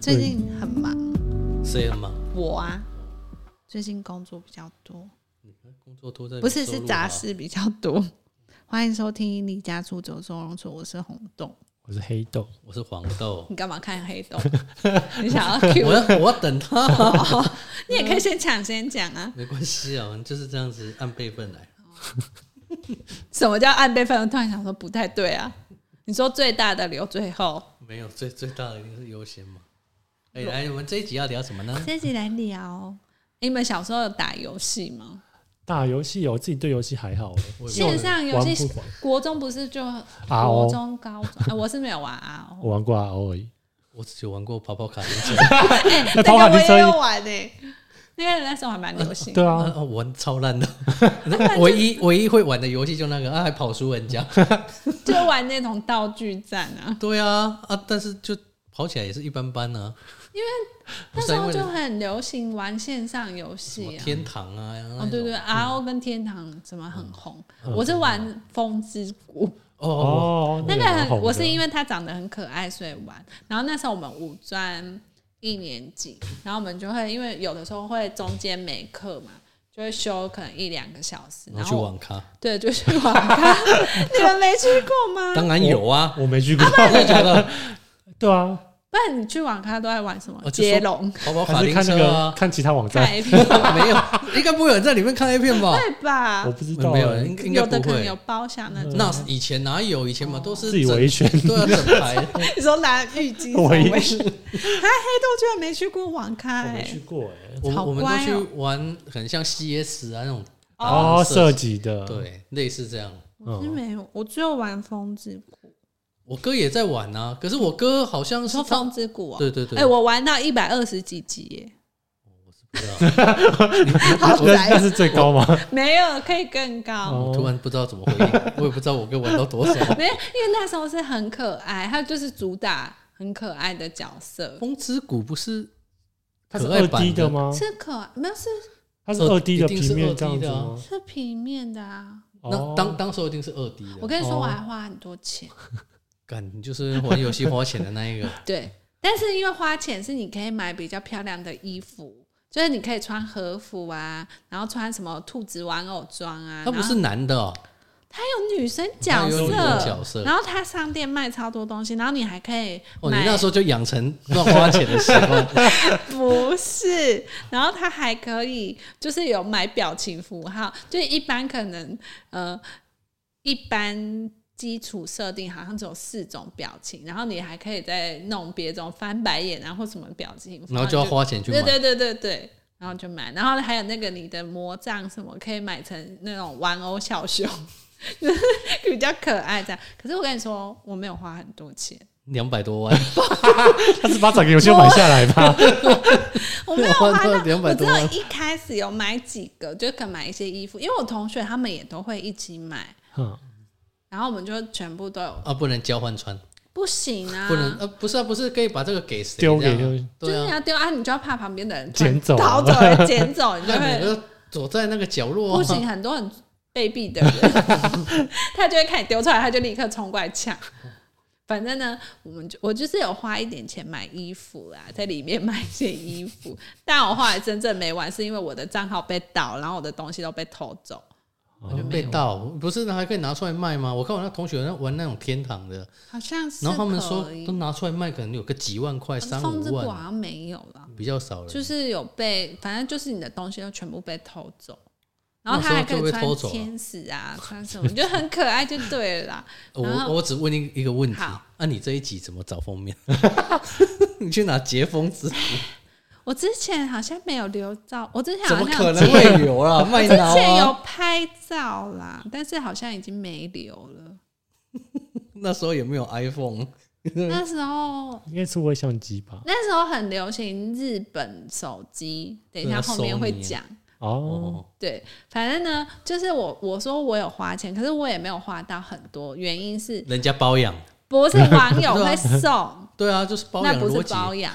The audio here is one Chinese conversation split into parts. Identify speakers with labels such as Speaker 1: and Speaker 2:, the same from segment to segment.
Speaker 1: 最近很忙，
Speaker 2: 谁很忙？
Speaker 1: 我啊，最近工作比较多，
Speaker 2: 工作多在啊
Speaker 1: 不是是杂。事比较多。欢迎收听《离家出走收容所》，我是红豆。
Speaker 3: 我是黑豆，
Speaker 2: 我是黄豆，
Speaker 1: 你干嘛看黑 豆？你想要 Q
Speaker 2: 我要我要等他，
Speaker 1: 我？你也可以先抢先讲啊。
Speaker 2: 没关系啊，我们就是这样子按辈分来。
Speaker 1: 什么叫按辈分？我突然想说不太对啊。你说最大的留最后，
Speaker 2: 没有最最大的一定是优先嘛。哎、来，我们这一集要聊什么呢？
Speaker 1: 这集来聊。你们小时候有打游戏吗？
Speaker 3: 打游戏哦，我自己对游戏还好哎，
Speaker 2: 我 也
Speaker 1: 线上游
Speaker 3: 玩
Speaker 1: 戏
Speaker 3: 不，
Speaker 1: 国中不是就
Speaker 3: 啊哦
Speaker 1: 国中、高中？啊我是没有玩啊。哦
Speaker 3: 我玩过 RO 而已。
Speaker 2: 我只有玩过跑 跑卡丁车，
Speaker 3: 那跑跑
Speaker 1: 那
Speaker 3: 停
Speaker 1: 个
Speaker 3: 车
Speaker 1: 我也
Speaker 3: 一
Speaker 1: 有玩欸诶、 那个那时候还蛮流行。
Speaker 3: 对啊，
Speaker 2: 啊，我玩超 烂的，唯一唯一会玩的游戏就那个啊，还跑输人家。
Speaker 1: 就玩那种道具战啊，
Speaker 2: 对啊啊，但是就跑起来也是一般般啊。
Speaker 1: 那
Speaker 2: 不是
Speaker 1: 时
Speaker 2: 啊因
Speaker 1: 候
Speaker 2: 为
Speaker 1: 就很流行玩线上游
Speaker 2: 什么
Speaker 1: 戏啊。
Speaker 2: 天堂啊，
Speaker 1: 哦，对对，RO 跟天堂怎么很红？
Speaker 3: 嗯
Speaker 1: 我是玩《风之谷》，
Speaker 2: 哦哦，
Speaker 3: 哦，
Speaker 1: 那个
Speaker 3: 蛮
Speaker 1: 很，
Speaker 3: 红
Speaker 1: 我
Speaker 3: 的
Speaker 1: 是因为它长得很可爱，所以玩。然后那时候我们五专一年级，然后我们就会因为有的时候会中间没课嘛，就会休可能一两个小时，
Speaker 2: 然
Speaker 1: 然
Speaker 2: 后去
Speaker 1: 后
Speaker 2: 网咖，
Speaker 1: 对，就去网咖。 你们没去过吗？
Speaker 2: 当然有啊，
Speaker 3: 我没去过，
Speaker 1: 哦
Speaker 2: 我也觉得
Speaker 3: 对啊，
Speaker 1: 不然你去网咖都在玩什么
Speaker 2: 哦？就说
Speaker 1: 接龙、
Speaker 2: 跑跑卡
Speaker 3: 还是
Speaker 2: 丁
Speaker 3: 看那
Speaker 2: 车
Speaker 3: 个
Speaker 2: 啊，
Speaker 3: 看其他网
Speaker 1: 看
Speaker 3: 站，
Speaker 1: A P P
Speaker 2: 没有，应该不会有人在里面看 A 片吧？
Speaker 1: 对吧
Speaker 3: 我？不知道
Speaker 2: 没有，
Speaker 3: 哎
Speaker 2: 应该应该
Speaker 1: 有的
Speaker 2: 不
Speaker 1: 可能有
Speaker 2: 会。嗯
Speaker 1: 包厢啊那种。
Speaker 2: 那以前哪有？以前嘛都是
Speaker 3: 自以
Speaker 2: 整
Speaker 3: 为全，
Speaker 2: 对啊，整排的。
Speaker 1: 你说拿浴巾
Speaker 3: 我
Speaker 1: 围
Speaker 3: 也
Speaker 1: 着，哎，黑 豆居然没去过网咖
Speaker 3: 我没
Speaker 1: 哎
Speaker 3: 去，过哎。
Speaker 2: 我
Speaker 1: 好
Speaker 2: 我们都
Speaker 1: 乖哦
Speaker 2: 去玩很像 CS 啊那种
Speaker 3: 哦，射
Speaker 2: 设
Speaker 3: 击的，，
Speaker 2: 对，类似这样。
Speaker 1: 我是
Speaker 3: 嗯，
Speaker 1: 没有，我只有玩风之谷。
Speaker 2: 我哥也在玩啊，可是我哥好像
Speaker 1: 你
Speaker 2: 是
Speaker 1: 说
Speaker 2: 他，
Speaker 1: 风之谷啊？
Speaker 2: 对对对，
Speaker 1: 哎，我玩到一百二十几集 耶，
Speaker 2: 不知道
Speaker 1: 好
Speaker 3: 那
Speaker 1: 宅
Speaker 3: 那
Speaker 1: 啊，
Speaker 3: 是最高吗？
Speaker 1: 没有可以更高。
Speaker 2: 我
Speaker 3: 哦
Speaker 2: 突然不知道怎么回应，我也不知道我哥玩 到多少。
Speaker 1: 没有，因为那时候是很可爱，它就是主打很可爱的角色，
Speaker 2: 风之谷不是
Speaker 3: 它是
Speaker 2: 可爱
Speaker 3: 二
Speaker 2: 版
Speaker 3: D
Speaker 2: 的
Speaker 3: 的吗？
Speaker 1: 是可爱，没有是
Speaker 3: 它是
Speaker 2: 二
Speaker 3: 二 D 的
Speaker 2: 一定是
Speaker 3: 平面这
Speaker 2: 2D
Speaker 3: 样子
Speaker 2: 的啊
Speaker 3: 吗？
Speaker 1: 是平面的啊。
Speaker 2: 那
Speaker 3: 哦
Speaker 2: 当当时候一定是二 D
Speaker 1: 我
Speaker 2: 的，
Speaker 1: 跟你说，
Speaker 3: 哦
Speaker 1: 我还花很多钱。
Speaker 2: 干你就是玩游戏花钱的 那一个。
Speaker 1: 对，但是因为花钱是你可以买比较漂亮的衣服，就是你可以穿和服啊，然后穿什么兔子玩偶装啊。
Speaker 2: 他不是
Speaker 1: 然后
Speaker 2: 男的哦，
Speaker 1: 它有女生角
Speaker 2: 它有女生
Speaker 1: 色，
Speaker 2: 角色。
Speaker 1: 然后它商店卖超多东西，然后你还可以
Speaker 2: 哦，你
Speaker 1: 买。
Speaker 2: 那时候就养成乱花钱的习 惯，
Speaker 1: 不是，然后它还可以就是有买表情符号，就是一般可能呃一般。基础设定好像只有四种表情，然后你还可以再弄别种翻白眼啊或什么表情符号，
Speaker 2: 然后就要花钱去
Speaker 1: 对
Speaker 2: 买。
Speaker 1: 对对对对，然后就买，然后还有那个你的魔杖什么可以买成那种玩偶小熊， 比较可爱这样。可是我跟你说，我没有花很多钱，
Speaker 2: 两百多万，
Speaker 3: 他是把整个游戏都买下来 吧？
Speaker 1: 我 没有花到
Speaker 2: 花到200
Speaker 1: 我只
Speaker 2: 多
Speaker 1: 有
Speaker 2: 万
Speaker 1: 一开始有买几个，就可能买一些衣服，因为我同学他们也都会一起买，
Speaker 3: 嗯
Speaker 1: 然后我们就全部都有，
Speaker 2: 啊，不能交换穿，
Speaker 1: 不行啊，
Speaker 2: 不能，呃，不是啊，不是可以把这个给谁
Speaker 3: 丢给
Speaker 2: 这样啊
Speaker 1: 就是
Speaker 2: 对
Speaker 1: 你
Speaker 2: 啊，
Speaker 1: 要丢啊，你就要怕旁边的人
Speaker 3: 捡走
Speaker 1: 逃走人捡走， 你就
Speaker 2: 那
Speaker 1: 会
Speaker 2: 你就躲在那个角 落啊，
Speaker 1: 不行，很多很卑鄙的人， 他就会看你丢出来，他就立刻冲过来抢。反正呢，我们就我就是有花一点钱买衣服啦，在里面买一些衣服，但我后来真正没玩，是因为我的账号被盗，然后我的东西都被偷走。
Speaker 2: 我就被盗，不是那还可以拿出来卖吗？我看我那同学那玩那种天堂的，
Speaker 1: 好像是
Speaker 2: 然后他们说
Speaker 1: 可以哦
Speaker 2: 都拿出来卖，可能有个几万块、三
Speaker 1: 风之
Speaker 2: 五
Speaker 1: 谷好
Speaker 2: 万，
Speaker 1: 像没有了，
Speaker 2: 比较少
Speaker 1: 就
Speaker 2: 人。
Speaker 1: 是有被，反正就是你的东西都全部被偷走。然后
Speaker 2: 那
Speaker 1: 他
Speaker 2: 时候
Speaker 1: 还可
Speaker 2: 就
Speaker 1: 以
Speaker 2: 被
Speaker 1: 穿
Speaker 2: 偷走了
Speaker 1: 天使啊，穿什么就很可爱，就对了啦。然后
Speaker 2: 哦我我只问一一个问题，
Speaker 1: 好
Speaker 2: 啊，你这一集怎么找封面？ 你去拿截风
Speaker 1: 哎
Speaker 2: 纸，
Speaker 1: 我之前好像没有留照，我之前
Speaker 2: 怎
Speaker 1: 好
Speaker 2: 么
Speaker 1: 像
Speaker 2: 可
Speaker 1: 有
Speaker 2: 能
Speaker 1: 记
Speaker 2: 会有啦？
Speaker 1: 我
Speaker 2: 卖
Speaker 1: 之
Speaker 2: 脑
Speaker 1: 前有
Speaker 2: 啊！
Speaker 1: 拍照啦，但是好像已经没留了。
Speaker 2: 那时候也没有 iPhone，嗯
Speaker 1: 那时候
Speaker 3: 应该是微相机吧？
Speaker 1: 那时候很流行日本手机，等一
Speaker 2: 对
Speaker 1: 下
Speaker 2: 啊
Speaker 1: 后面
Speaker 2: Sony
Speaker 1: 会讲。
Speaker 3: 哦，
Speaker 2: 哦，
Speaker 1: 对，反正呢，就是我我说我有花钱，可是我也没有花到很多，原因是
Speaker 2: 人家包养，
Speaker 1: 不是网友会送，
Speaker 2: 对啊，就是包
Speaker 1: 那
Speaker 2: 养
Speaker 1: 不
Speaker 2: 逻
Speaker 1: 是
Speaker 2: 辑，
Speaker 1: 包 养，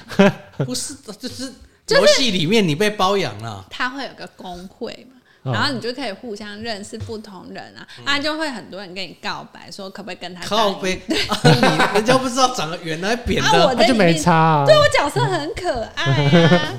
Speaker 2: 不是，就是游戏里面你被包养了。
Speaker 1: 啊它会有个工会嘛。
Speaker 2: 哦
Speaker 3: 嗯
Speaker 1: 然后你就可以互相认识不同人啊，啊，就会很多人跟你告白说可不可以跟他
Speaker 2: 靠
Speaker 1: 当
Speaker 2: 背， 啊你人家不知道长得圆来扁
Speaker 1: 啊我在
Speaker 2: 的，
Speaker 3: 他就
Speaker 1: 里面
Speaker 3: 没差 啊。
Speaker 1: 对我角色很可爱啊，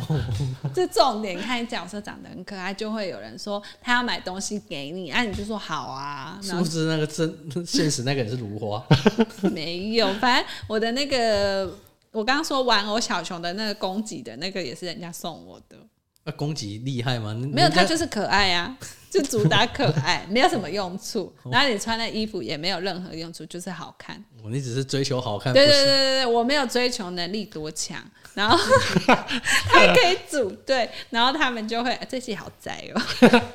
Speaker 1: 这重点看角色长得很可爱，就会有人说他要买东西给你，啊，你就说好啊，然
Speaker 2: 殊
Speaker 1: 后
Speaker 2: 不知那个真现实那个人是如花，
Speaker 1: 没有，反正我的那个我刚刚说玩偶小熊的那个攻击的那个也是人家送我的，
Speaker 2: 那啊攻击厉害吗？
Speaker 1: 没有，
Speaker 2: 人
Speaker 1: 它
Speaker 2: 家
Speaker 1: 就是可爱啊，就主打可爱，没有什么用处，然后你穿的衣服也没有任何用处，就是好看。
Speaker 2: 我你只是追求好看，
Speaker 1: 对
Speaker 2: 不
Speaker 1: 对
Speaker 2: 是
Speaker 1: 对对对，我没有追求能力多强，然后 他也可以组队，然后他们就会啊这戏好宅哦、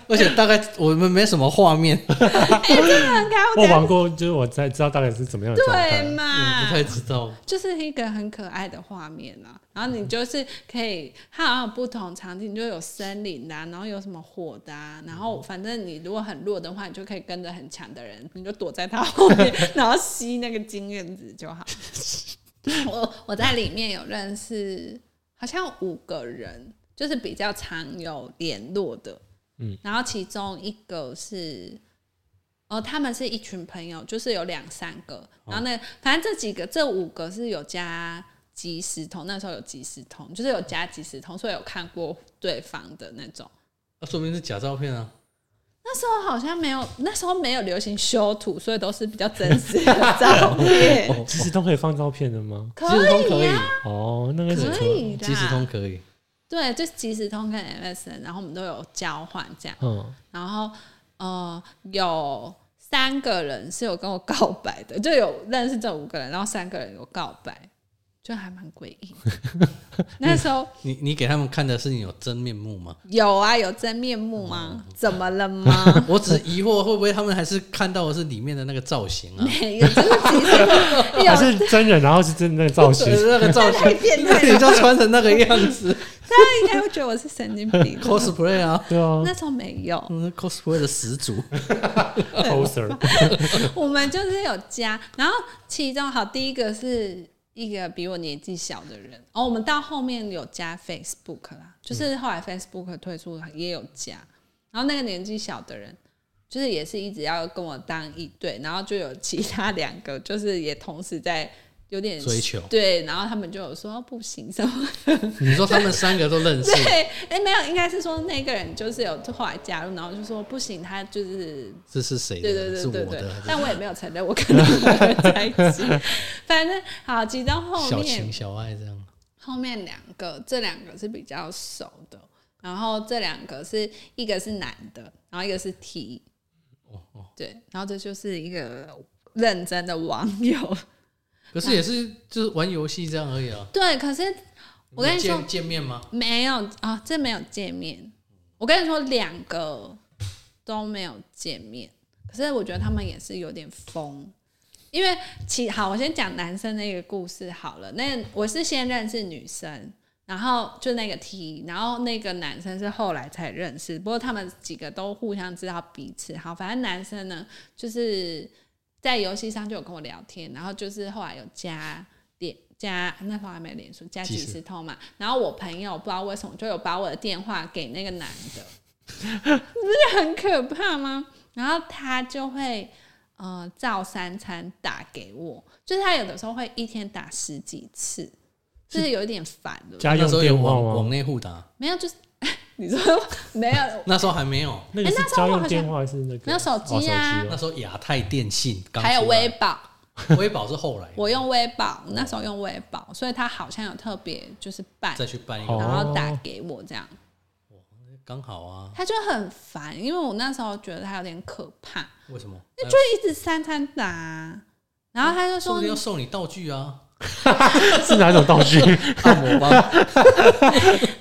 Speaker 2: 而且大概我们没什么画面，
Speaker 1: 哎、真的很可爱，我
Speaker 3: 我
Speaker 1: 等
Speaker 3: 玩
Speaker 1: 下
Speaker 3: 过，就是我才知道大概是怎么样的状
Speaker 1: 对
Speaker 3: 态。哦
Speaker 1: 嘛
Speaker 2: 我不，太知道。
Speaker 1: 就是一个很可爱的画面啊。然后你就是可以，它好像有不同场景，就有森林啊，然后有什么火的、啊，然后反正你如果很弱的话，你就可以跟着很强的人，你就躲在他后面， 然后吸那个金燕子就好。 我我在里面有认识，好像五个人，就是比较常有联络的。
Speaker 3: 嗯，
Speaker 1: 然后其中一个是哦，他们是一群朋友，就是有两三个，
Speaker 2: 哦
Speaker 1: 然后那反正这几个这五个是有加即时通，那时候有即时通，就是有加即时通，所以有看过对方的那种。
Speaker 2: 那说明是假照片啊！
Speaker 1: 那时候好像没有，那时候没有流行修图，所以都是比较真实的照片。
Speaker 3: 即时通可以放照片的吗？
Speaker 1: 可
Speaker 2: 即时通可
Speaker 1: 以
Speaker 2: 以
Speaker 1: 呀、，
Speaker 3: 哦，那个是
Speaker 1: 可以的。
Speaker 2: 即时通可以，
Speaker 1: 对，就是即时通跟 MSN，然后我们都有交换这样。
Speaker 3: 嗯，
Speaker 1: 然后呃，有三个人是有跟我告白的，就有认识这五个人，然后三个人有告白，就还蛮诡 异的。那时候
Speaker 2: 你你给他们看的是你有真面目吗？
Speaker 1: 有啊，有真面目吗？
Speaker 3: 嗯
Speaker 1: 怎么了 吗？
Speaker 2: 我只疑惑会不会他们还是看到的是里面的那个造 型啊？
Speaker 1: 没有，真的即时
Speaker 3: 还
Speaker 1: 有
Speaker 3: 是真人，然后是真的那 个造型
Speaker 2: 对，那个造型
Speaker 1: 太变态，
Speaker 2: 你就穿成那个样子。
Speaker 1: 大家应该会觉得我是神经病
Speaker 2: cosplay 啊，
Speaker 3: 对啊
Speaker 1: 那时候没有，
Speaker 2: 嗯，cosplay 的始祖。
Speaker 3: ，poser，
Speaker 1: 我们就是有加，然后其中好第一个是一个比我年纪小的人，哦，我们到后面有加 Facebook 啦，就是后来 Facebook 推出也有加，然后那个年纪小的人。就是也是一直要跟我当一对，然后就有其他两个，就是也同时在有点
Speaker 2: 追求
Speaker 1: 对，然后他们就有说不行什么，
Speaker 2: 你说他们三个都认识
Speaker 1: 对，，哎、没有，应该是说那个人就是有后来加入，然后就说不行，他就是
Speaker 2: 这是谁的？
Speaker 1: 对对对
Speaker 2: 是
Speaker 1: 对
Speaker 2: 我
Speaker 1: 对
Speaker 2: 的，还
Speaker 1: 但我也没有承认我跟那个人在一起。 反正好，挤到
Speaker 2: 是
Speaker 1: 后
Speaker 2: 小
Speaker 1: 面
Speaker 2: 情，小爱这样。
Speaker 1: 后面两个，这两个是比较熟的，然后这两个是一个是男的，然后一个是 T，
Speaker 2: 哦哦，
Speaker 1: 对，然后这就是一个认真的网友。
Speaker 2: 可是也是就是玩游戏这样而已啊。
Speaker 1: 对，可是我跟你说
Speaker 2: 们见见面吗？
Speaker 1: 没有啊、这没有见面。我跟你说，两个都没有见面，可是我觉得他们也是有点疯。因为其好，我先讲男生那个故事好了。那我是先认识女生，然后就那个 T，然后那个男生是后来才认识。不过他们几个都互相知道彼此。好，反正男生呢，就是在游戏上就有跟我聊天，然后就是后来有加脸加那时候还没有脸书加
Speaker 2: 即
Speaker 1: 即
Speaker 2: 时
Speaker 1: 时通嘛。然后我朋友不知道为什么就有把我的电话给那个男的， 不是很可怕吗？然后他就会呃照三餐打给我，就是他有的时候会一天打十几次，就是有一点烦了。
Speaker 3: 家
Speaker 2: 那
Speaker 3: 用
Speaker 2: 时候有
Speaker 3: 电话
Speaker 2: 网网
Speaker 3: 吗？
Speaker 2: 内互打，
Speaker 1: 没有，就是 你说没有，
Speaker 2: 那时候还没有，
Speaker 3: 那个
Speaker 1: 哎那
Speaker 3: 是
Speaker 1: 时候
Speaker 3: 家
Speaker 1: 我
Speaker 3: 用
Speaker 1: 好
Speaker 3: 电
Speaker 1: 像
Speaker 3: 话还是那个？
Speaker 1: 没有手机啊
Speaker 3: 哦手
Speaker 2: 那
Speaker 3: 机哦
Speaker 2: 时候亚太电信刚出来，
Speaker 1: 还有微宝，
Speaker 2: 微宝是后来的，
Speaker 1: 我用微宝，那时候用微宝，所以他好像有特别就是办，
Speaker 2: 再去办一个，
Speaker 3: 哦
Speaker 1: 然后打给我这样，
Speaker 2: 刚好啊。
Speaker 1: 他就很烦，因为我那时候觉得他有点可怕，
Speaker 2: 为什么？哎
Speaker 1: 就一直三餐打啊，然后他就
Speaker 2: 呃说
Speaker 1: 说
Speaker 2: 不定要送你道具啊，
Speaker 3: 是哪种 道具？
Speaker 2: 按摩棒，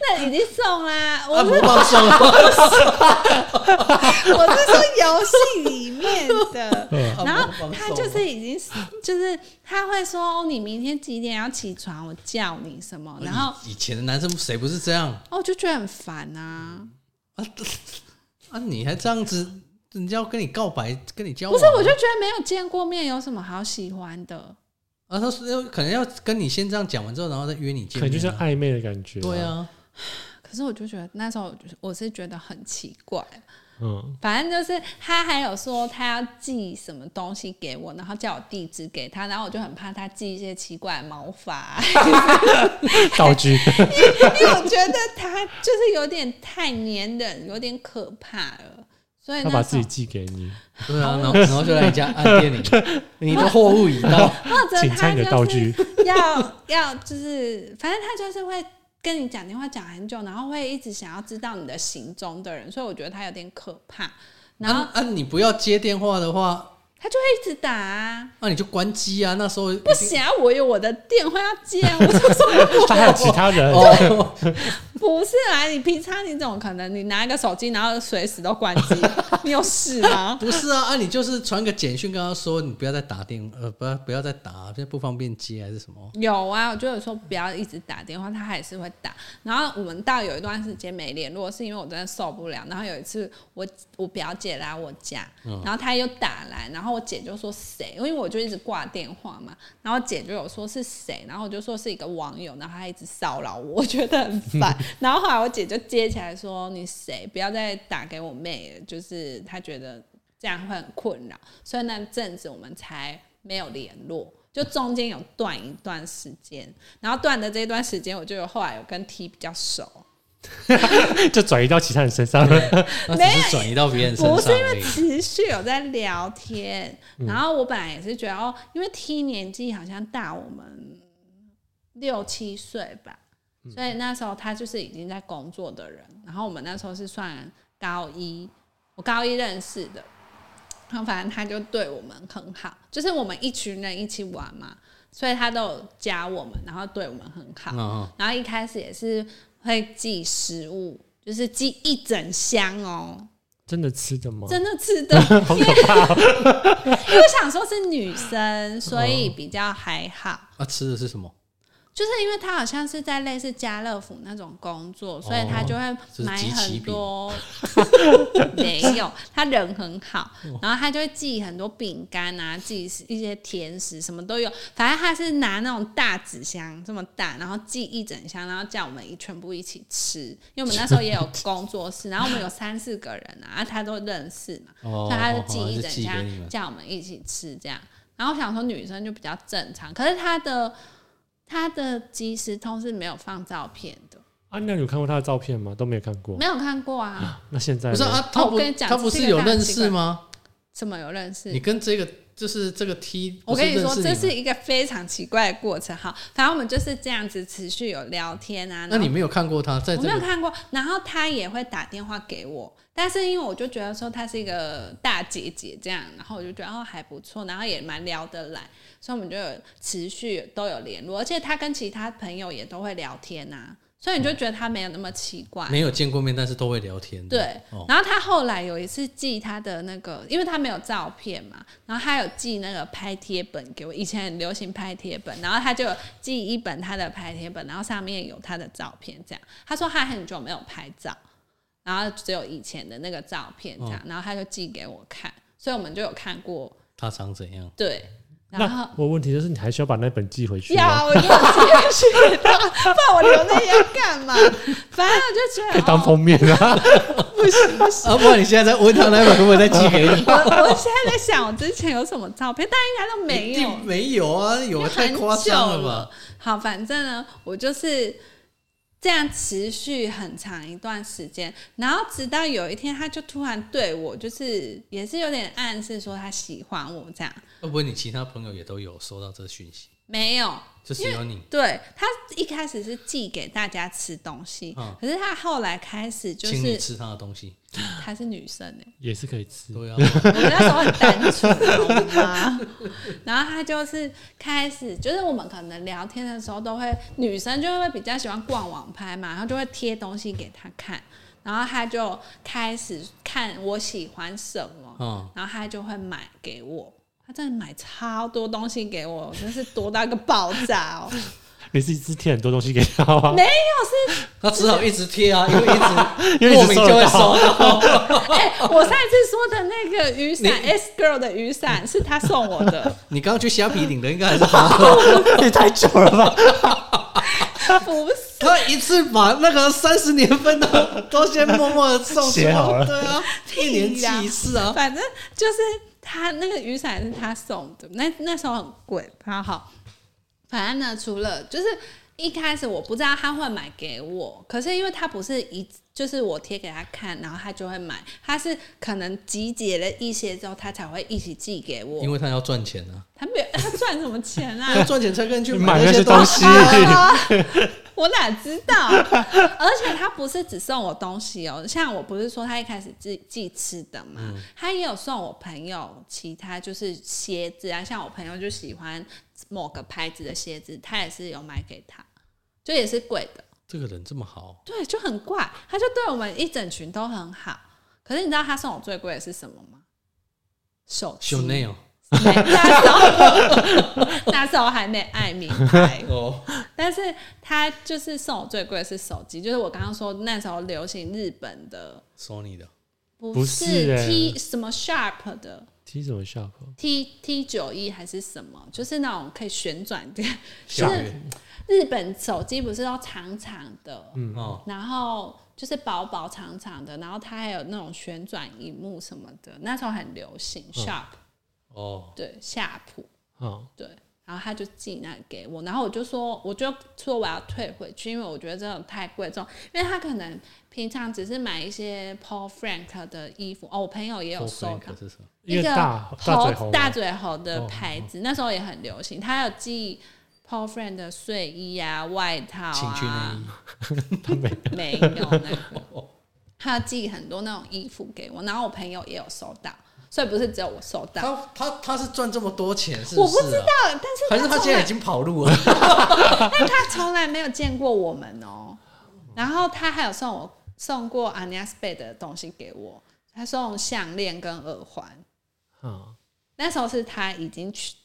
Speaker 1: 那已经送啦，我
Speaker 2: 按
Speaker 1: 是
Speaker 2: 摩棒送啊了，
Speaker 1: 我是说游戏里面的。
Speaker 3: 嗯
Speaker 1: 然
Speaker 2: 按
Speaker 1: 后
Speaker 2: 摩棒
Speaker 1: 他
Speaker 2: 送啊
Speaker 1: 就
Speaker 2: 了
Speaker 1: 是已经是，就是他会说、哦、你明天几点要起床，我叫你什么，然后
Speaker 2: 以以前的男生谁不是这样
Speaker 1: 哦我就觉得很烦啊。
Speaker 2: 啊？你还这样子，人家要跟你告白，跟你交
Speaker 1: 不
Speaker 2: 往，啊
Speaker 1: 是，我就觉得没有见过面有什么好喜欢的。
Speaker 2: 啊，他是要可能要跟你先这样讲完之后，然后再约你见
Speaker 3: 可能就
Speaker 2: 面
Speaker 3: 是
Speaker 2: 啊。
Speaker 3: 暧昧的感觉。
Speaker 2: 对，啊，
Speaker 1: 可是我就觉得那时候我就是我是觉得很奇怪，
Speaker 3: 嗯，
Speaker 1: 反正就是他还有说他要寄什么东西给我，然后叫我地址给他，然后我就很怕他寄一些奇怪的毛发，啊
Speaker 3: 道具，
Speaker 1: 因为我觉得他就是有点太粘人，有点可怕了。所以
Speaker 3: 他
Speaker 1: 那
Speaker 3: 把
Speaker 1: 时
Speaker 3: 自
Speaker 1: 候
Speaker 3: 己寄给你，
Speaker 1: 哦
Speaker 2: 对啊，然后然后就来你家按电铃，你的货 物已到，啊
Speaker 1: 或者
Speaker 3: 请
Speaker 1: 他
Speaker 3: 参你的道
Speaker 1: 就是
Speaker 3: 具。
Speaker 1: 要 要就是，反正他就是会跟你讲电话讲很久，然后会一直想要知道你的行踪的人，所以我觉得他有点可怕。然后
Speaker 2: 啊啊你不要接电话的话，
Speaker 1: 他就会一直打、啊，
Speaker 2: 那你就关机啊。那时候
Speaker 1: 不行啊，我有我的电话要接啊，我就说
Speaker 3: 他还有其他人，
Speaker 2: 哦，
Speaker 1: 不是啊，你平常你怎么可能你拿一个手机，然后随时都关 机？你有事吗？
Speaker 2: 不是啊，啊你就是传个简讯跟他说，你不要再打电，呃，不要不要再打，现在不方便接还是什么？
Speaker 1: 有啊，我就有说不要一直打电话，他还是会打。然后我们到有一段时间没联络，是因为我真的受不了。然后有一次我我表姐来我家，然后她又打来，然后我姐就说谁，因为我就一直挂电话嘛。然后我姐就有说是谁，然后我就说是一个网友，然后她一直骚扰我，我觉得很烦。然后后来我姐就接起来说你谁，不要再打给我妹了，就是她觉得这样会很困扰，所以那阵子我们才没有联络，就中间有断一段时间，然后断的这一段时间，我就有后来有跟 T 比较熟，
Speaker 3: 就转移到其他人身上了。
Speaker 2: 那只是转移到别人身
Speaker 1: 不是
Speaker 2: 上
Speaker 1: 因
Speaker 2: 而
Speaker 1: 为
Speaker 2: 已。嗯
Speaker 1: 持续有在聊天，然后我本来也是觉得哦，因为 T 年纪好像大我们六七岁吧，
Speaker 2: 嗯
Speaker 1: 所以那时候他就是已经在工作的人，然后我们那时候是算高一，我高一认识的，然后反正他就对我们很好，就是我们一群人一起玩嘛，所以他都有加我们，然后对我们很好，
Speaker 2: 嗯，
Speaker 1: 然后一开始也是会寄食物，就是寄一整箱哦、
Speaker 3: 真的吃的吗？
Speaker 1: 真的吃的，
Speaker 3: 哦 好可怕哦！
Speaker 1: 因为想说是女生，所以比较还好。
Speaker 2: 啊，吃的是什么？
Speaker 1: 就是因为她好像是在类似家乐福那种工
Speaker 3: 哦
Speaker 1: 作，所以她就
Speaker 2: 这
Speaker 1: 会
Speaker 2: 是
Speaker 1: 买
Speaker 2: 集齐
Speaker 1: 很
Speaker 2: 品
Speaker 1: 多。 没有，她人很好，
Speaker 3: 哦
Speaker 1: 然后她就会寄很多饼干啊，寄一些甜食，什么都有。反正她是拿那种大纸箱这么大，然后寄一整箱，然后叫我们一全部一起吃。因为我们那时候也有工作室，然后我们有三四个人啊，啊她都认识嘛。
Speaker 2: 哦，
Speaker 1: 所以他就
Speaker 2: 哦
Speaker 1: 寄一
Speaker 2: 就
Speaker 1: 整
Speaker 2: 寄给你
Speaker 1: 箱
Speaker 2: 们。
Speaker 1: 叫我们一起吃这样。然后我想说女生就比较正常，可是他的他的即时通是没有放照片的，
Speaker 3: 啊，那有看过他的照片吗？都没有看过。
Speaker 1: 没有看过啊，
Speaker 3: 那现在
Speaker 2: 不是
Speaker 3: 呢
Speaker 2: 啊，他
Speaker 1: 我
Speaker 2: 不
Speaker 1: 跟你讲
Speaker 2: 他不
Speaker 1: 这
Speaker 2: 是
Speaker 1: 个
Speaker 2: 有
Speaker 1: 大家
Speaker 2: 认
Speaker 1: 习惯
Speaker 2: 识吗？
Speaker 1: 怎么有认识
Speaker 2: 你？跟这个就是这个 T，
Speaker 1: 我跟你说，
Speaker 2: 不是
Speaker 1: 这
Speaker 2: 认识
Speaker 1: 是
Speaker 2: 你吗
Speaker 1: 一个非常奇怪的过程。好，反正我们就是这样子持续有聊天啊。然
Speaker 2: 那
Speaker 1: 后
Speaker 2: 你没有看过他在
Speaker 1: 我
Speaker 2: 这
Speaker 1: 没有
Speaker 2: 个
Speaker 1: 看过，然后他也会打电话给我，但是因为我就觉得说她是一个大姐姐这样，然后我就觉得哦还不错，然后也蛮聊得来，所以我们就有持续都有联络，而且她跟其他朋友也都会聊天呐、所以
Speaker 2: 嗯
Speaker 1: 你就觉得她没有那么奇怪。
Speaker 2: 没有见过面，但是都会聊天的。
Speaker 1: 对
Speaker 2: 哦，
Speaker 1: 然后她后来有一次寄她的那个，因为她没有照片嘛，然后她有寄那个拍贴本给我，以前很流行拍贴本，然后她就有寄一本她的拍贴本，然后上面有她的照片，这样。她说她很久没有拍照，然后只有以前的那个照片这样，
Speaker 3: 嗯
Speaker 1: 然后她就寄给我看，所以我们就有看过，
Speaker 2: 他长 怎样？
Speaker 1: 对，然后
Speaker 3: 那。我问题就是，你还需要把那本寄回去吗？
Speaker 1: 要，我就继续，不然我留那些干嘛？反正我就觉
Speaker 3: 可以
Speaker 1: 得，
Speaker 3: 当
Speaker 1: 哦，
Speaker 3: 封面啊！
Speaker 2: 啊，不然你现在在问他那本会不会再寄给你？
Speaker 1: 我我现在在想，我之前有什么照片，但应该都没
Speaker 2: 一
Speaker 1: 有
Speaker 2: 定，没有啊，有啊太
Speaker 1: 很
Speaker 2: 夸张
Speaker 1: 久
Speaker 2: 了吧？
Speaker 1: 好，反正呢，我就是这样持续很长一段时间，然后直到有一天，他就突然对我，就是也是有点暗示说他喜欢我这样，
Speaker 2: 会不会你其他朋友也都有收到这讯息？
Speaker 1: 没有。
Speaker 2: 就只有你
Speaker 1: 对他一开始是寄给大家吃东西，
Speaker 2: 嗯
Speaker 1: 可是他后来开始就
Speaker 2: 请你
Speaker 1: 是
Speaker 2: 吃他的东西，
Speaker 1: 她是女生哎、
Speaker 3: 也是可以 吃，
Speaker 2: 对啊，
Speaker 1: 我们那时候很单纯，好吗？然后他就是开始，就是我们可能聊天的时候都会，女生就会比较喜欢逛网拍嘛，然后就会贴东西给他看，然后他就开始看我喜欢什么，
Speaker 2: 嗯
Speaker 1: 然后他就会买给我。他真的买超多东西给我，我真是多到一个爆炸哦！
Speaker 3: 你自己是贴很多东西给他 啊吗？
Speaker 1: 没有是，
Speaker 2: 他只好一直贴啊，因为一直
Speaker 3: 因为一
Speaker 2: 莫
Speaker 3: 直
Speaker 2: 名
Speaker 3: 收
Speaker 2: 就会
Speaker 3: 得
Speaker 2: 收
Speaker 3: 到，
Speaker 2: 到。
Speaker 1: 哎、我上一次说的那个雨伞
Speaker 2: 你
Speaker 1: S girl 的雨伞是他送我的，
Speaker 2: 你刚刚去虾皮领的应该还是好，
Speaker 3: 也太久了吧？
Speaker 1: 不是，
Speaker 2: 他一次把那个三十年份的都先默默的送出
Speaker 3: 写好了
Speaker 2: 对啊，一年
Speaker 1: 屁啦
Speaker 2: 寄一次啊，
Speaker 1: 反正就是他那个雨伞是他送的，那那时候很贵，然后反正呢，除了就是一开始我不知道他会买给我，可是因为他不是一就是我贴给他看，然后他就会买，他是可能集结了一些之后，他才会一起寄给我
Speaker 2: 因。为他要赚钱啊，
Speaker 1: 他没有他赚什么钱 啊？
Speaker 2: 要赚钱才跟你去
Speaker 3: 买那
Speaker 2: 那
Speaker 3: 些
Speaker 2: 东
Speaker 3: 东西
Speaker 1: 啊我哪知 道？而且他不是只送我东西哦，像我不是说他一开始寄寄吃的嘛，
Speaker 2: 嗯
Speaker 1: 他也有送我朋友其他就是鞋子啊，像我朋友就喜欢某个牌子的鞋子，他也是有买给他，就也是贵的，
Speaker 2: 这个人这么好，
Speaker 1: 对，就很怪，他就对我们一整群都很好。可是你知道他送我最贵的是什么吗？手机
Speaker 2: 秀内哦，
Speaker 1: 没那时候 那时候还没爱名牌，
Speaker 2: 哦，
Speaker 1: 但是他就是送我最贵的是手机，就是我刚刚说那时候流行日本的，
Speaker 2: 索尼的，
Speaker 1: 不
Speaker 3: 不是
Speaker 1: 是
Speaker 3: 欸
Speaker 1: T 什么 Sharp 的
Speaker 3: 踢什么 shop？
Speaker 1: T T 九一还是什么，就是那种可以旋转的。
Speaker 2: 小
Speaker 1: 是
Speaker 2: 月
Speaker 1: 日本手机不是都长长的，
Speaker 2: 哦，
Speaker 1: 然后就是薄薄长长的，然后它还有那种旋转荧幕什么的，那时候很流行 Sharp，、
Speaker 2: 哦，
Speaker 1: 对夏普。
Speaker 3: 哦，
Speaker 1: 对，然后他就寄那给我，然后我就说，我就说我要退回去，因为我觉得这种太贵重，因为他可能平常只是买一些 Paul Frank 的衣服，哦，我朋友也有收到
Speaker 2: 可是什么？
Speaker 3: 因
Speaker 1: 一
Speaker 3: 为
Speaker 1: 个
Speaker 3: 大大嘴
Speaker 1: 猴
Speaker 3: 猴，
Speaker 1: 大嘴猴的
Speaker 3: 哦
Speaker 1: 牌子，那时候也很流行，他有寄 Paul Frank 的睡衣啊、外套
Speaker 2: 情趣内
Speaker 1: 啊
Speaker 2: 衣，，
Speaker 3: 他没
Speaker 1: 没有那个，他寄很多那种衣服给我，然后我朋友也有收到，所以不是只有我收到。
Speaker 2: 他他他是赚这么多钱，是
Speaker 1: 我不
Speaker 2: 是啊
Speaker 1: 知道，但是
Speaker 2: 还是
Speaker 1: 他
Speaker 2: 他
Speaker 1: 从
Speaker 2: 现在
Speaker 1: 来
Speaker 2: 已经跑路 了？
Speaker 1: 但他从来没有见过我们哦、然后他还有送我送过 a n i a s b a y 的东西给我，他送项链跟耳环。
Speaker 3: 啊，
Speaker 1: 那时候是他已经去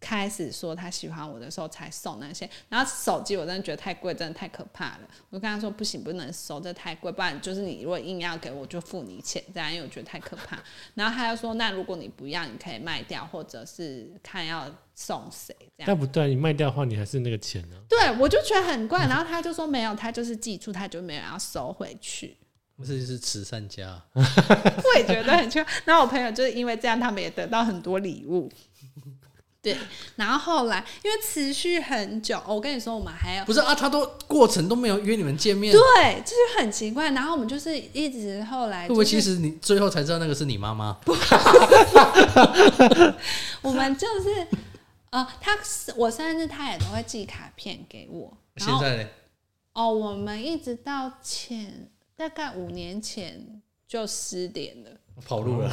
Speaker 1: 开始说他喜欢我的时候才送那些。然后手机我真的觉得太贵，真的太可怕了。我就跟他说不行，不能收，这太贵，不然就是你如果硬要给我，我就付你钱，这样因为我觉得太可怕。然后他又说，那如果你不要，你可以卖掉，或者是看要送谁这样。
Speaker 3: 但不对，你卖掉的话，你还是那个钱啊呢。
Speaker 1: 对，我就觉得很怪。然后他就说没有，他就是寄出，他就没有要收回去。
Speaker 2: 这就是慈善家，
Speaker 1: 我也觉得很奇怪。然后我朋友就是因为这样，他们也得到很多礼物。 对，然后后来因为持续很久，哦我跟你说，我们还有
Speaker 2: 不是啊？他都过程都没有约你们见面，
Speaker 1: 对，就是很奇怪。然后我们就是一直后来、
Speaker 2: 会
Speaker 1: 就
Speaker 2: 不
Speaker 1: 是，
Speaker 2: 会其实你最后才知道那个是你妈妈？
Speaker 1: 我们就是 呃，他我生日他也都会寄卡片给我。然
Speaker 2: 现
Speaker 1: 后
Speaker 2: 在呢？
Speaker 1: 哦，我们一直到前大概五年前就失联了。
Speaker 2: 跑路了，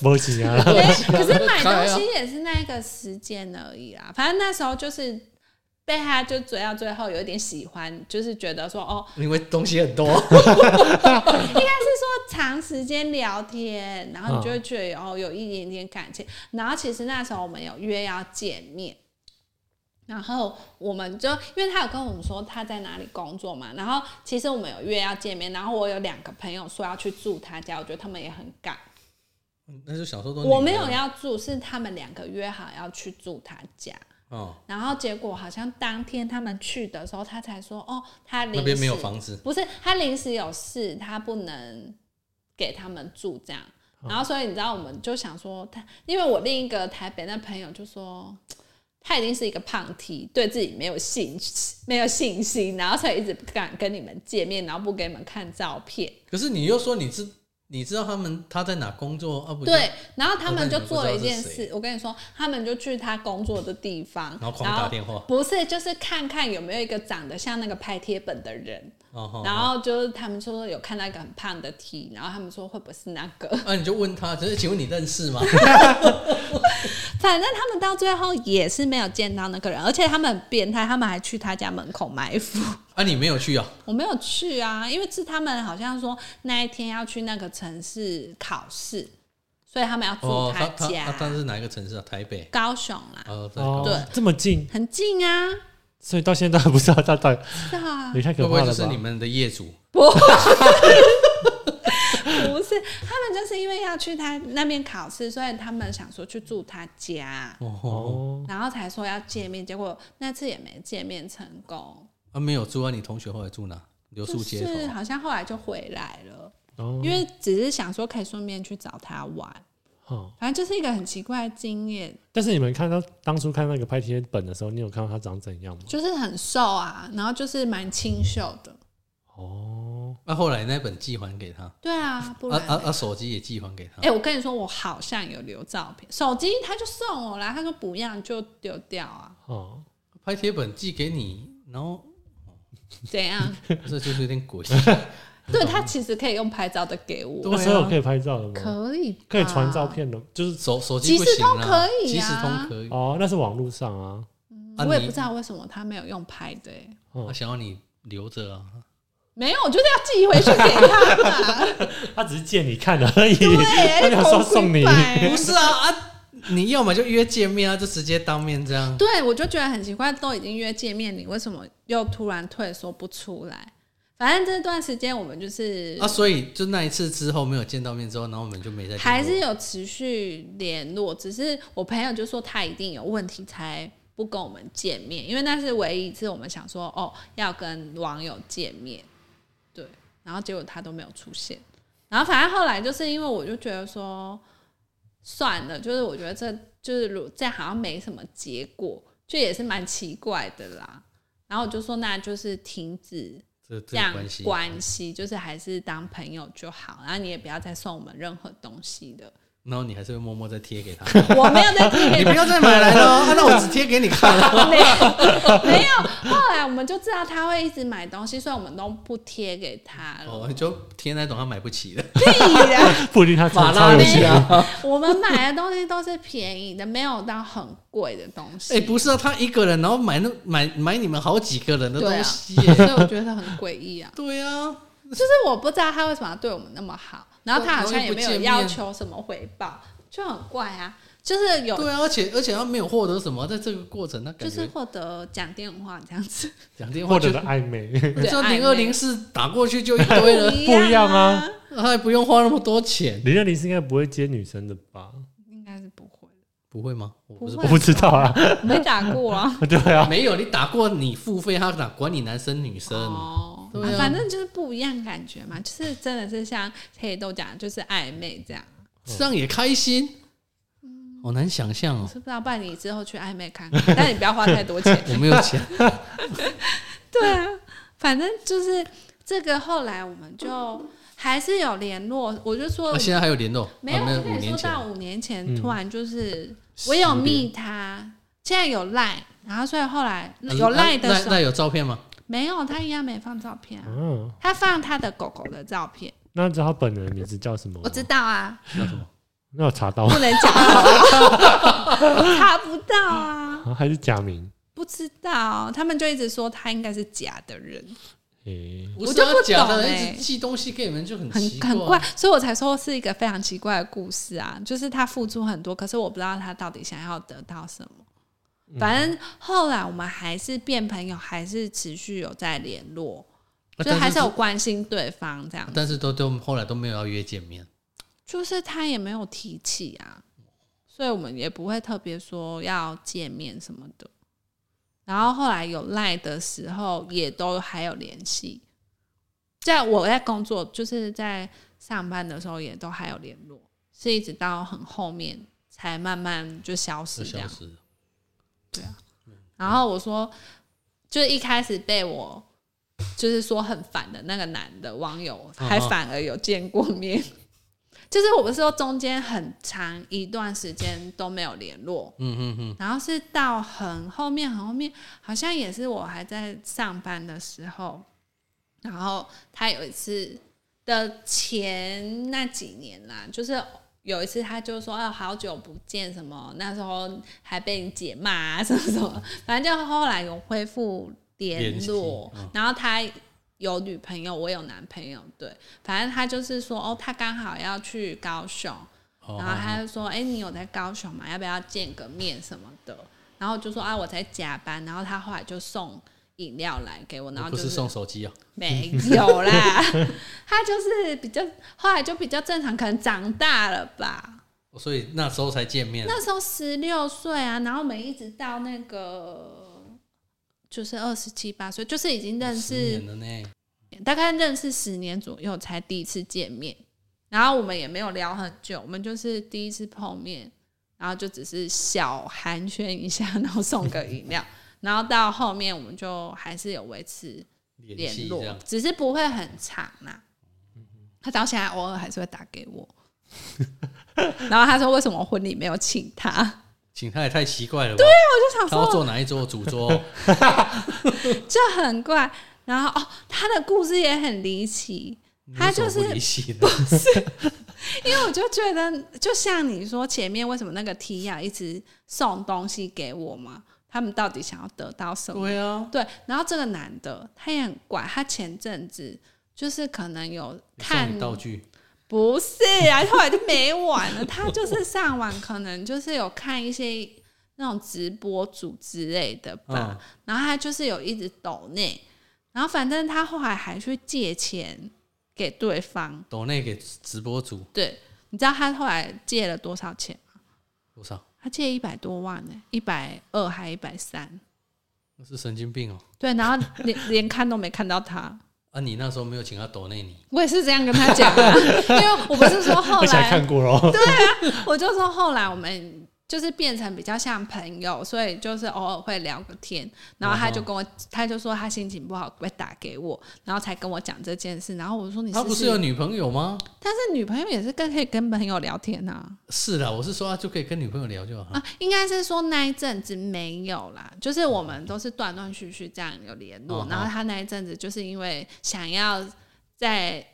Speaker 3: 没钱啊，
Speaker 1: 对，哎可是买东西也是那个时间而已啦。反正那时候就是被他就追到最后，有一点喜欢，就是觉得说哦，
Speaker 2: 因为东西很多，
Speaker 1: 说长时间聊天，然后你就会觉得、哦有一点点感情。然后其实那时候我们有约要见面。然后我们就，因为他有跟我们说他在哪里工作嘛，然后其实我们有约要见面，然后我有两个朋友说要去住他家，我觉得他们也很赶，
Speaker 2: 那就小时候都
Speaker 1: 我没有要住，是他们两个约好要去住他家，
Speaker 2: 哦，
Speaker 1: 然后结果好像当天他们去的时候，他才说哦，他临时
Speaker 2: 那边没有，房子，
Speaker 1: 不是他临时有事，他不能给他们住这样。
Speaker 2: 哦
Speaker 1: 然后所以你知道，我们就想说他，因为我另一个台北那朋友就说。他已经是一个胖 T，对自己没有信没有信心，然后所以一直不敢跟你们见面，然后不给你们看照片。
Speaker 2: 可是你又说你知你知道他们他在哪工作啊？不就，
Speaker 1: 对，然后他
Speaker 2: 我
Speaker 1: 们
Speaker 2: 看你
Speaker 1: 就
Speaker 2: 们不
Speaker 1: 做
Speaker 2: 知
Speaker 1: 了一
Speaker 2: 道是
Speaker 1: 件
Speaker 2: 谁
Speaker 1: 事，我跟你说，他们就去他工作的地方，
Speaker 2: 然后狂打电话，
Speaker 1: 不是，就是看看有没有一个长得像那个拍贴本的人，
Speaker 2: 哦哦
Speaker 1: 然后就是他们说有看到一个很胖的 T，然后他们说会不会是那个？
Speaker 2: 啊，你就问他，只是请问你认识吗？
Speaker 1: 反正他们到最后也是没有见到那个人，而且他们很变态，他们还去他家门口埋伏。
Speaker 2: 啊，你没有去啊？
Speaker 1: 我没有去啊，因为是他们好像说那一天要去那个城市考试，所以他们要住
Speaker 2: 哦，他他
Speaker 1: 家，
Speaker 2: 他他是哪一个城市啊？台北
Speaker 1: 高雄啦，
Speaker 2: 哦，在高雄
Speaker 3: 哦
Speaker 1: 对，
Speaker 3: 这么近，
Speaker 1: 很近啊，
Speaker 3: 所以到现在都还不知 道他到底，
Speaker 1: 是啊，
Speaker 3: 也太
Speaker 2: 会
Speaker 3: 可
Speaker 2: 不会
Speaker 3: 怕
Speaker 2: 就
Speaker 3: 了
Speaker 2: 是你
Speaker 3: 吧？
Speaker 2: 们的业主？
Speaker 1: 不是，他们就是因为要去他那边考试，所以他们想说去住他家，
Speaker 2: 哦，
Speaker 3: 哦，
Speaker 1: 然后才说要见面，结果那次也没见面成功。
Speaker 2: 啊，没有住啊，你同学后来住哪？留
Speaker 1: 就
Speaker 2: 宿街
Speaker 1: 是
Speaker 2: 头。啊
Speaker 1: 好像后来就回来了，
Speaker 3: 哦，
Speaker 1: 因为只是想说可以顺便去找他玩，
Speaker 3: 哦，
Speaker 1: 反正就是一个很奇怪的经验，
Speaker 3: 但是你们看到当初看那个拍贴本的时候，你有看到他长怎样吗？
Speaker 1: 就是很瘦啊，然后就是蛮清秀的，
Speaker 3: 哦，
Speaker 2: 那、啊后来那本寄还给他，
Speaker 1: 对啊，不
Speaker 2: 啊
Speaker 1: 然
Speaker 2: 啊
Speaker 1: 嘞
Speaker 2: 啊，手机也寄还给他
Speaker 1: 哎、。我跟你说，我好像有留照片，手机他就送我啦，他说不要你就丢掉啊，
Speaker 3: 哦，
Speaker 2: 拍贴本寄给你，然后
Speaker 1: 怎样？
Speaker 2: 这就是有点诡异。
Speaker 1: 对他其实可以用拍照的给我，
Speaker 2: 啊
Speaker 3: 那时候有可以拍照的吗？
Speaker 1: 啊可以吧
Speaker 3: 可以传照，片的，就是
Speaker 2: 手手机不行
Speaker 1: 即时通
Speaker 2: 啊
Speaker 1: 可，以啊
Speaker 2: 即时通可以。
Speaker 3: 哦，那是网络上啊，
Speaker 2: 啊
Speaker 1: 我也
Speaker 2: 你
Speaker 1: 不知道为什么他没有用拍的、欸，
Speaker 2: 他
Speaker 3: 哦，
Speaker 2: 想要你留着啊，
Speaker 1: 没有，我就是要寄回去给他 嘛，
Speaker 3: 他只是借你看而已， 他
Speaker 1: 对，
Speaker 3: 没有说送你
Speaker 1: 口，碑版
Speaker 2: 不是啊啊！你要么就约见面啊，就直接当面这样。
Speaker 1: 对，我就觉得很奇怪，都已经约见面，你为什么又突然退缩不出来？反正这段时间我们就是
Speaker 2: 啊，所以就那一次之后没有见到面之后，然后我们就没再见过
Speaker 1: 还是有持续联络，只是我朋友就说哦他一定有问题才不跟我们见面，因为那是唯一一次我们想说哦要跟网友见面，对，然后结果他都没有出现，然后反正后来就是因为我就觉得说算了，就是我觉得这就是如这样好像没什么结果，就也是蛮奇怪的啦，然后我就说那就是停止
Speaker 2: 这
Speaker 1: 这
Speaker 2: 这
Speaker 1: 样
Speaker 2: 个关系
Speaker 1: 关系，就是还是当朋友就好，然后你也不要再送我们任何东西的。
Speaker 2: 然后你还是会默默再贴给他，
Speaker 1: 我没有在听
Speaker 2: 你
Speaker 1: 你
Speaker 2: 不
Speaker 1: 们，
Speaker 2: 要再买来 了哦，啊那我只贴给你看了。
Speaker 1: 没有没有。后来我们就知道他会一直买东西，所以我们都不贴给他了。
Speaker 2: 哦，就贴那种他买不起的，
Speaker 1: 屁呀！
Speaker 3: 不一定他真的超有
Speaker 1: 没
Speaker 3: 钱
Speaker 1: 有
Speaker 3: 啊，
Speaker 1: 我们买的东西都是便宜的，没有到很贵的东西。
Speaker 2: 哎、不是啊，他一个人，然后买那买买你们好几个人的东西耶、
Speaker 1: 所以我觉得很诡异 啊。
Speaker 2: 对啊，
Speaker 1: 就是我不知道他为什么要对我们那么好，然后他好像也没有要求什么回报，就很怪啊。就是有，
Speaker 2: 对啊，而且而且他没有获得什么，在这个过程他
Speaker 1: 就
Speaker 2: 感
Speaker 1: 是
Speaker 2: 觉
Speaker 1: 获得讲电话这样子。
Speaker 2: 讲电话
Speaker 3: 或
Speaker 2: 就
Speaker 3: 者是暧昧，
Speaker 1: 对
Speaker 2: 这
Speaker 1: 暧昧
Speaker 2: 零二零四打过去就一堆 了，
Speaker 3: 不一样啊，
Speaker 2: 他还哎不用花那么多钱，
Speaker 3: 林若林是应该不会接女生的吧？
Speaker 1: 应该是不会，
Speaker 2: 不会吗？我不是
Speaker 1: 不
Speaker 3: 我不知道啊，
Speaker 1: 没打过啊。
Speaker 3: 对啊，
Speaker 2: 没有，你打过你付费，他打管你男生女生，
Speaker 1: 哦，
Speaker 2: 对啊
Speaker 1: 反正就是不一样感觉嘛，就是真的是像黑豆讲，就是暧昧这样。
Speaker 2: 这样也开心，
Speaker 1: 嗯
Speaker 2: 好难想象
Speaker 1: 我
Speaker 2: 哦，
Speaker 1: 是不知道，不然你之后去暧昧看看， 但你不要花太多钱。
Speaker 2: 我没有钱，
Speaker 1: 对啊，反正就是这个，后来我们就还是有联络，我就说
Speaker 2: 啊、现在还有联络，
Speaker 1: 没
Speaker 2: 啊
Speaker 1: 有，
Speaker 2: 没有
Speaker 1: 我
Speaker 2: 五
Speaker 1: 跟你
Speaker 2: 年
Speaker 1: 说
Speaker 2: 前
Speaker 1: 到五年前，
Speaker 3: 嗯
Speaker 1: 突然就是我有
Speaker 3: 十年
Speaker 1: 密他，现在有赖，然后所以后来
Speaker 2: 啊
Speaker 1: 有赖的
Speaker 2: 赖
Speaker 1: 时候
Speaker 2: 赖有照片吗？
Speaker 1: 没有，他一样没放照片啊，
Speaker 3: 嗯，
Speaker 1: 他放他的狗狗的照片，
Speaker 3: 那知道他本人的名字叫什
Speaker 2: 哦
Speaker 3: 么吗？
Speaker 1: 我知道啊，
Speaker 2: 叫什么？
Speaker 3: 那有查到吗
Speaker 1: 不能讲，查不到啊，
Speaker 3: 啊还是假名？
Speaker 1: 不知道，他们就一直说他应该是假的人，
Speaker 3: 诶，
Speaker 1: 我
Speaker 2: 不是
Speaker 1: 就
Speaker 2: 啊
Speaker 1: 不懂
Speaker 2: 假的，
Speaker 1: 欸
Speaker 2: 一直寄东西给你们就很
Speaker 1: 很
Speaker 2: 奇啊
Speaker 1: 很怪，所以我才说是一个非常奇怪的故事啊，就是他付出很多，可是我不知道他到底想要得到什么。反
Speaker 2: 嗯
Speaker 1: 正后来我们还是变朋友，还是持续有在联络，
Speaker 2: 啊
Speaker 1: 就还
Speaker 2: 但
Speaker 1: 是有关心对方这样子。
Speaker 2: 但是都都后来都没有要约见面，
Speaker 1: 就是他也没有提起啊，所以我们也不会特别说要见面什么的。然后后来有赖的时候，也都还有联系。在我在工作，就是在上班的时候，也都还有联络，是一直到很后面才慢慢就消
Speaker 2: 就
Speaker 1: 失这
Speaker 2: 消
Speaker 1: 样。
Speaker 2: 失了。
Speaker 1: 然后我说，就一开始被我就是说很烦的那个男的网友，
Speaker 2: 嗯
Speaker 1: 还反而有见过面。 就是我不是说中间很长一段时间都没有联络，
Speaker 2: 嗯嗯嗯，
Speaker 1: 然后是到很后面很后面，好像也是我还在上班的时候，然后他有一次的前那几年啦，就是有一次他就说啊好久不见什么，那时候还被你姐骂啊什么什么，反正就后来有恢复联络，
Speaker 2: 联系嗯
Speaker 1: 然后他。有女朋友，我有男朋友，对，反正他就是说，哦，他刚好要去高雄，
Speaker 2: 哦
Speaker 1: 然后他就说：“哎、你有在高雄吗？要不要见个面什么的？”然后就说：“啊，我在加班。”然后他后来就送饮料来给我，然后
Speaker 2: 不
Speaker 1: 就是
Speaker 2: 送手机啊，
Speaker 1: 没有啦， 他就是比较后来就比较正常，可能长大了吧。
Speaker 2: 哦所以那时候才见面。
Speaker 1: 那时候十六岁啊，然后我们一直到那个就是二十七八岁，就是已经认
Speaker 2: 十
Speaker 1: 识
Speaker 2: 年了呢，
Speaker 1: 大概认识十年左右才第一次见面，然后我们也没有聊很久，我们就是第一次碰面，然后就只是小寒暄一下，然后送个饮料，然后到后面我们就还是有维持
Speaker 2: 联
Speaker 1: 联
Speaker 2: 系这
Speaker 1: 络
Speaker 2: 样，，
Speaker 1: 只是不会很长啦、他到现在偶尔还是会打给我， 然后他说为什么婚礼没有请他？我
Speaker 2: 请他也太奇怪了吧？对啊，
Speaker 1: 就想
Speaker 2: 他
Speaker 1: 说
Speaker 2: 要坐哪一桌？主桌？
Speaker 1: 就很怪。然后哦，他的故事也很离奇， 他就是
Speaker 2: 你为什么不离席的，
Speaker 1: 因为我就觉得，就像你说前面为什么那个提亚一直送东西给我嘛，他们到底想要得到什么？
Speaker 2: 对 啊，
Speaker 1: 对，然后这个男的他也很怪，他前阵子就是可能有看
Speaker 2: 送你道具，
Speaker 1: 不是啊，后来就没玩了。他就是上网，可能就是有看一些那种直播主之类的吧，然后他就是有一直抖内，然后反正他后来还去借钱给对方。
Speaker 2: 抖内给直播主
Speaker 1: 对，你知道他后来借了多少钱吗？
Speaker 2: 多少？
Speaker 1: 他借一百多万呢、一百二还一百三。
Speaker 2: 那是神经病哦！
Speaker 1: 对，然后连 连看都没看到他。
Speaker 2: 啊，你那时候没有请他抖内你，
Speaker 1: 我也是这样跟他讲、啊，因为我不是说后
Speaker 3: 而且还
Speaker 1: 来
Speaker 3: 看过喽。
Speaker 1: 我就说后来我们就是变成比较像朋友，所以就是偶尔会聊个天。然后他就跟
Speaker 2: 嗯
Speaker 1: 我，他就说他心情不好会打给我，然后才跟我讲这件事。然后我说你
Speaker 2: 他不是有女朋友吗？
Speaker 1: 但是女朋友也是跟可以跟朋友聊天啊
Speaker 2: 是啦，我是说他就可以跟女朋友聊就好了。
Speaker 1: 啊，应该是说那一阵子没有啦，就是我们都是断断续续这样有联络。
Speaker 2: 嗯
Speaker 1: 然后他那一阵子就是因为想要在。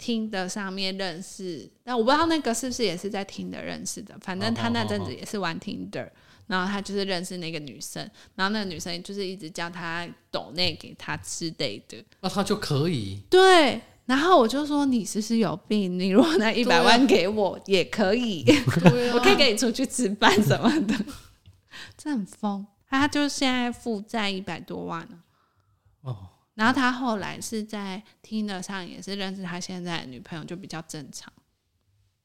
Speaker 1: 听的上面认识，但我不知道那个是不是也是在听的认识的。反正他那阵子也是玩 Tinder，、然后他就是认识那个女生，然后那个女生就是一直叫他抖内给他之类的。
Speaker 2: 那啊他就可以，
Speaker 1: 对，然后我就说你是不是有病？你如果拿一百万给我也可以，我可以跟你出去吃饭什么的，这很疯。他就现在负债一百多万了。
Speaker 2: 哦，
Speaker 1: 然后他后来是在 Tinder 上也是认识他现在的女朋友，就比较正常。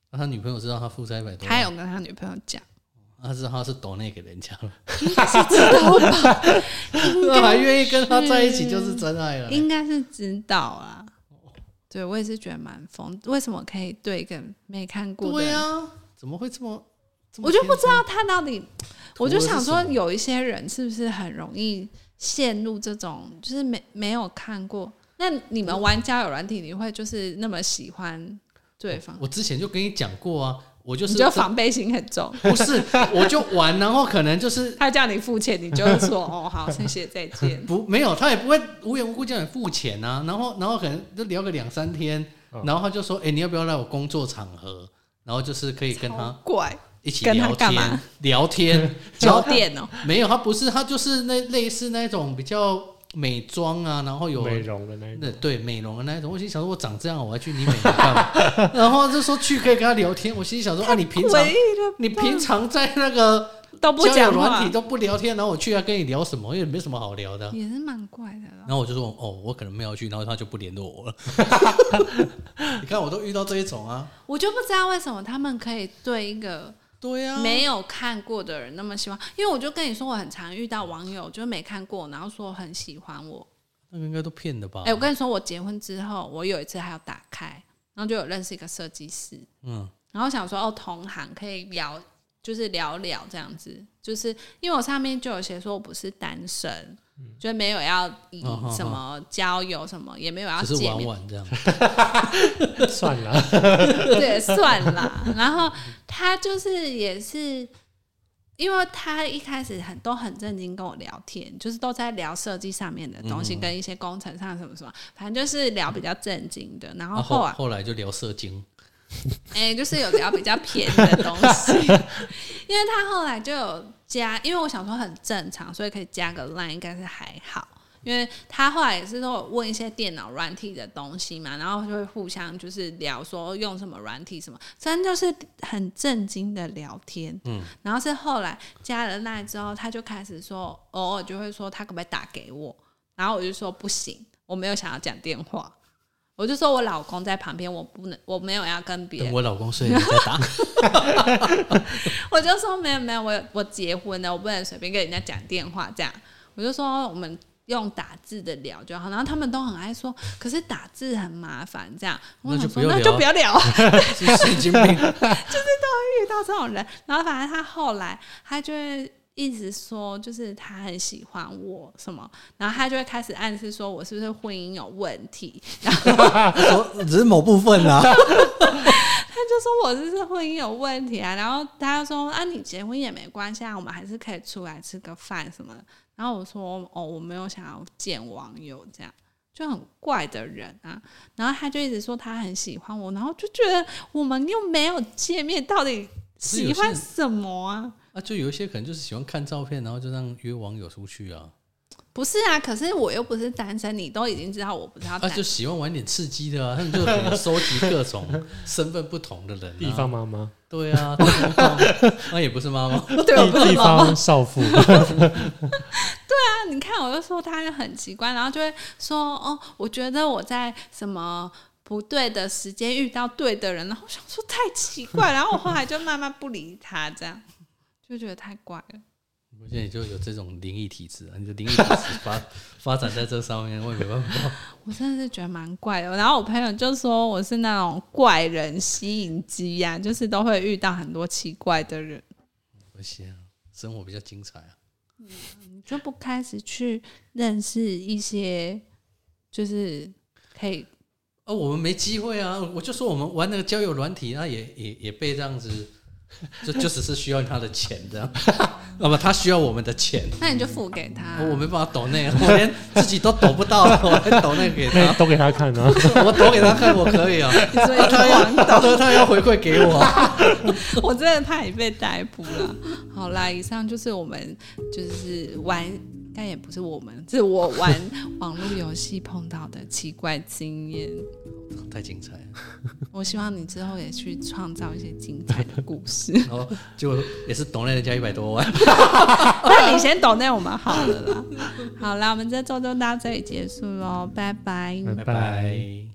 Speaker 2: 那他女朋友知道他负债一百多
Speaker 1: 他
Speaker 2: 万，
Speaker 1: 有跟他女朋友讲，
Speaker 2: 他知道他是抖内给人家了，
Speaker 1: 应
Speaker 2: 那 还
Speaker 1: 该
Speaker 2: 愿意跟他在一起就是真爱了。
Speaker 1: 应该是知道啊。对，我也是觉得蛮疯。为什么可以对一个没看过的
Speaker 2: 对
Speaker 1: 人
Speaker 2: 啊，怎么会这么？这么
Speaker 1: 我就不
Speaker 2: 天
Speaker 1: 知道他到底，我就想
Speaker 2: 图的
Speaker 1: 说
Speaker 2: 是，什
Speaker 1: 有一些人是不是很容易陷入这种，就是没没有看过。那你
Speaker 2: 嗯
Speaker 1: 们玩交友软体，你会就是那么喜欢对方，
Speaker 2: 我之前就跟你讲过啊，我就是
Speaker 1: 你就防备心很重。
Speaker 2: 不是，我就玩，然后可能就是
Speaker 1: 他叫你付钱，你就说哦好，谢谢再 见。
Speaker 2: 不没有，他也不会无缘无故叫你付钱啊，然后然后可能就聊个两三天，
Speaker 3: 嗯
Speaker 2: 然后他就说，哎、你要不要来我工作场合？然后就是可以跟他
Speaker 3: 哦
Speaker 1: 好 怪
Speaker 2: 一起
Speaker 1: 跟他
Speaker 2: 聊
Speaker 1: 干
Speaker 2: 天
Speaker 1: 嘛，
Speaker 2: 聊 天
Speaker 1: 酒店哦，
Speaker 2: 没有，他不是，他就是那类似那种比较美妆啊，然后
Speaker 1: 哎
Speaker 2: 有
Speaker 3: 美容的那一种
Speaker 2: 那对美容的那一种，我心想说，我长这样，我还去你美容干嘛？ 然后就说去可以跟他聊天，我心想说，啊，你平常
Speaker 1: 诡异的
Speaker 2: 你平常在那个
Speaker 1: 都不
Speaker 2: 交友
Speaker 1: 讲
Speaker 2: 软
Speaker 1: 话
Speaker 2: 体，都不聊天，然后我去要跟你聊什么？因为没什么好聊的。
Speaker 1: 也是蛮怪的啦
Speaker 2: 然。后我就说，哦，我可能没有去，然后他就不联 络我了。你看，我都遇到这一种啊，
Speaker 1: 我就不知道为什么他们可以对一个
Speaker 2: 对啊，
Speaker 1: 没有看过的人那么喜欢，因为我就跟你说，我很常遇到网友就没看过，然后说很喜欢我。
Speaker 2: 那个应该都骗的吧？
Speaker 1: 哎、我跟你说，我结婚之后，我有一次还要打开，然后就有认识一个设计师，
Speaker 2: 嗯，
Speaker 1: 然后想说哦，同行可以聊，就是聊聊这样子，就是因为我上面就有写说我不是单身，
Speaker 2: 嗯
Speaker 1: 就没有要以
Speaker 2: 哦哦哦
Speaker 1: 什么交友什么，也没有要
Speaker 2: 只是
Speaker 1: 见
Speaker 2: 玩
Speaker 1: 面，
Speaker 2: 玩这样。
Speaker 3: 算了，
Speaker 1: 对，算啦。然后他就是也是，因为他一开始很都很正经跟我聊天，就是都在聊设计上面的东西，跟一些工程上什么什么，反正就是聊比较正经的。然后
Speaker 2: 啊然后
Speaker 1: 后
Speaker 2: 后
Speaker 1: 来，
Speaker 2: 后来就聊射精，
Speaker 1: 哎、就是有聊比较便宜的东西， 因为他后来就有加，因为我想说很正常，所以可以加个 line 应该是还好。因为他后来也是说问一些电脑软体的东西嘛，然后就会互相就是聊说用什么软体什么，真就是很震惊的聊天。嗯，然后是后来加了那之后，他就开始说偶尔就会说他可不可以打给我，然后我就说不行，我没有想要讲电话。我就说我老公在旁边，我不能，我没有要跟别
Speaker 2: 等
Speaker 1: 人。
Speaker 2: 我老公睡了再 打。
Speaker 1: 我就说没有没有，我我结婚了，我不能随便跟人家讲电话这样。我就说我们用打字的聊就好，然后他们都很爱说，可是打字很麻烦这样。我
Speaker 2: 那
Speaker 1: 想
Speaker 2: 就
Speaker 1: 说
Speaker 2: 不要
Speaker 1: 那
Speaker 2: 聊
Speaker 1: 就不要聊，啊
Speaker 2: 是神经病。
Speaker 1: 遇到这种人，然后反正他后来他就会一直说，就是他很喜欢我什么，然后他就会开始暗示说我是不是婚姻有问题，
Speaker 2: 说只是某部分啊 啦、
Speaker 1: 他就说我这是婚姻有问题啊，然后他就说啊，你结婚也没关系啊，我们还是可以出来吃个饭什么的。然后我说哦，我没有想要见网友这样。就很怪的人啊，然后他就一直说他很喜欢我，然后就觉得我们又没有见面，到底
Speaker 2: 是
Speaker 1: 喜
Speaker 2: 有
Speaker 1: 欢
Speaker 2: 些
Speaker 1: 什么啊？
Speaker 2: 啊，就有一些可能就是喜欢看照片，然后就让约网友出去啊，
Speaker 1: 不是啊，可是我又不是单身，你都已经知道我不知道
Speaker 2: 啊
Speaker 1: 单
Speaker 2: 就喜欢玩点刺激的啊，他们就可能收集各种身份不同的人、啊，
Speaker 3: 地方妈妈，
Speaker 2: 对啊， 地方那、也不是 妈妈，
Speaker 1: 对，我不
Speaker 3: 地
Speaker 1: 是
Speaker 3: 地
Speaker 1: 妈妈。
Speaker 3: 方少妇，
Speaker 1: 那你看，我就说他很奇怪，然后就会说哦，我觉得我在什么。不对的时间遇到对的人，然后我想说太奇怪，然后我后来就慢慢不理他，这样就觉得太怪了。
Speaker 2: 我现在就有这种灵异体质啊，你的灵异体质发发展在这上面，我也没办法。
Speaker 1: 我真的是觉得蛮怪的。然后我朋友就说我是那种怪人吸引机呀、就是都会遇到很多奇怪的人，
Speaker 2: 不行、啊，生活比较精彩啊。
Speaker 1: 你就不开始去认识一些就是可以
Speaker 2: 哦，我们没机会啊！我就说我们玩那个交友软体，那也也也被这样子，就就只是需要他的钱这 样，那么他需要我们的钱，
Speaker 1: 那你就付给他。啊
Speaker 2: 哦我没办法抖那，我连自己都抖不 到，我还抖那给
Speaker 3: 那
Speaker 2: 他，
Speaker 3: 都给他看啊。
Speaker 2: 我抖给他看，我可以啊，
Speaker 1: 所以 就
Speaker 2: 他要他说他要回馈给我，
Speaker 1: 我真的怕你被逮捕了。好啦，以上就是我们就是玩，但也不是我们，是我玩网络游戏碰到的奇怪经验。
Speaker 2: 太精彩了。
Speaker 1: 我希望你之后也去创造一些精彩的故事。
Speaker 2: 然后结果也是抖那人家一百多万，
Speaker 1: 那哦你先抖内我们好了啦。好啦，我们这周就到这里结束喽，拜拜。
Speaker 3: 拜
Speaker 2: 拜拜。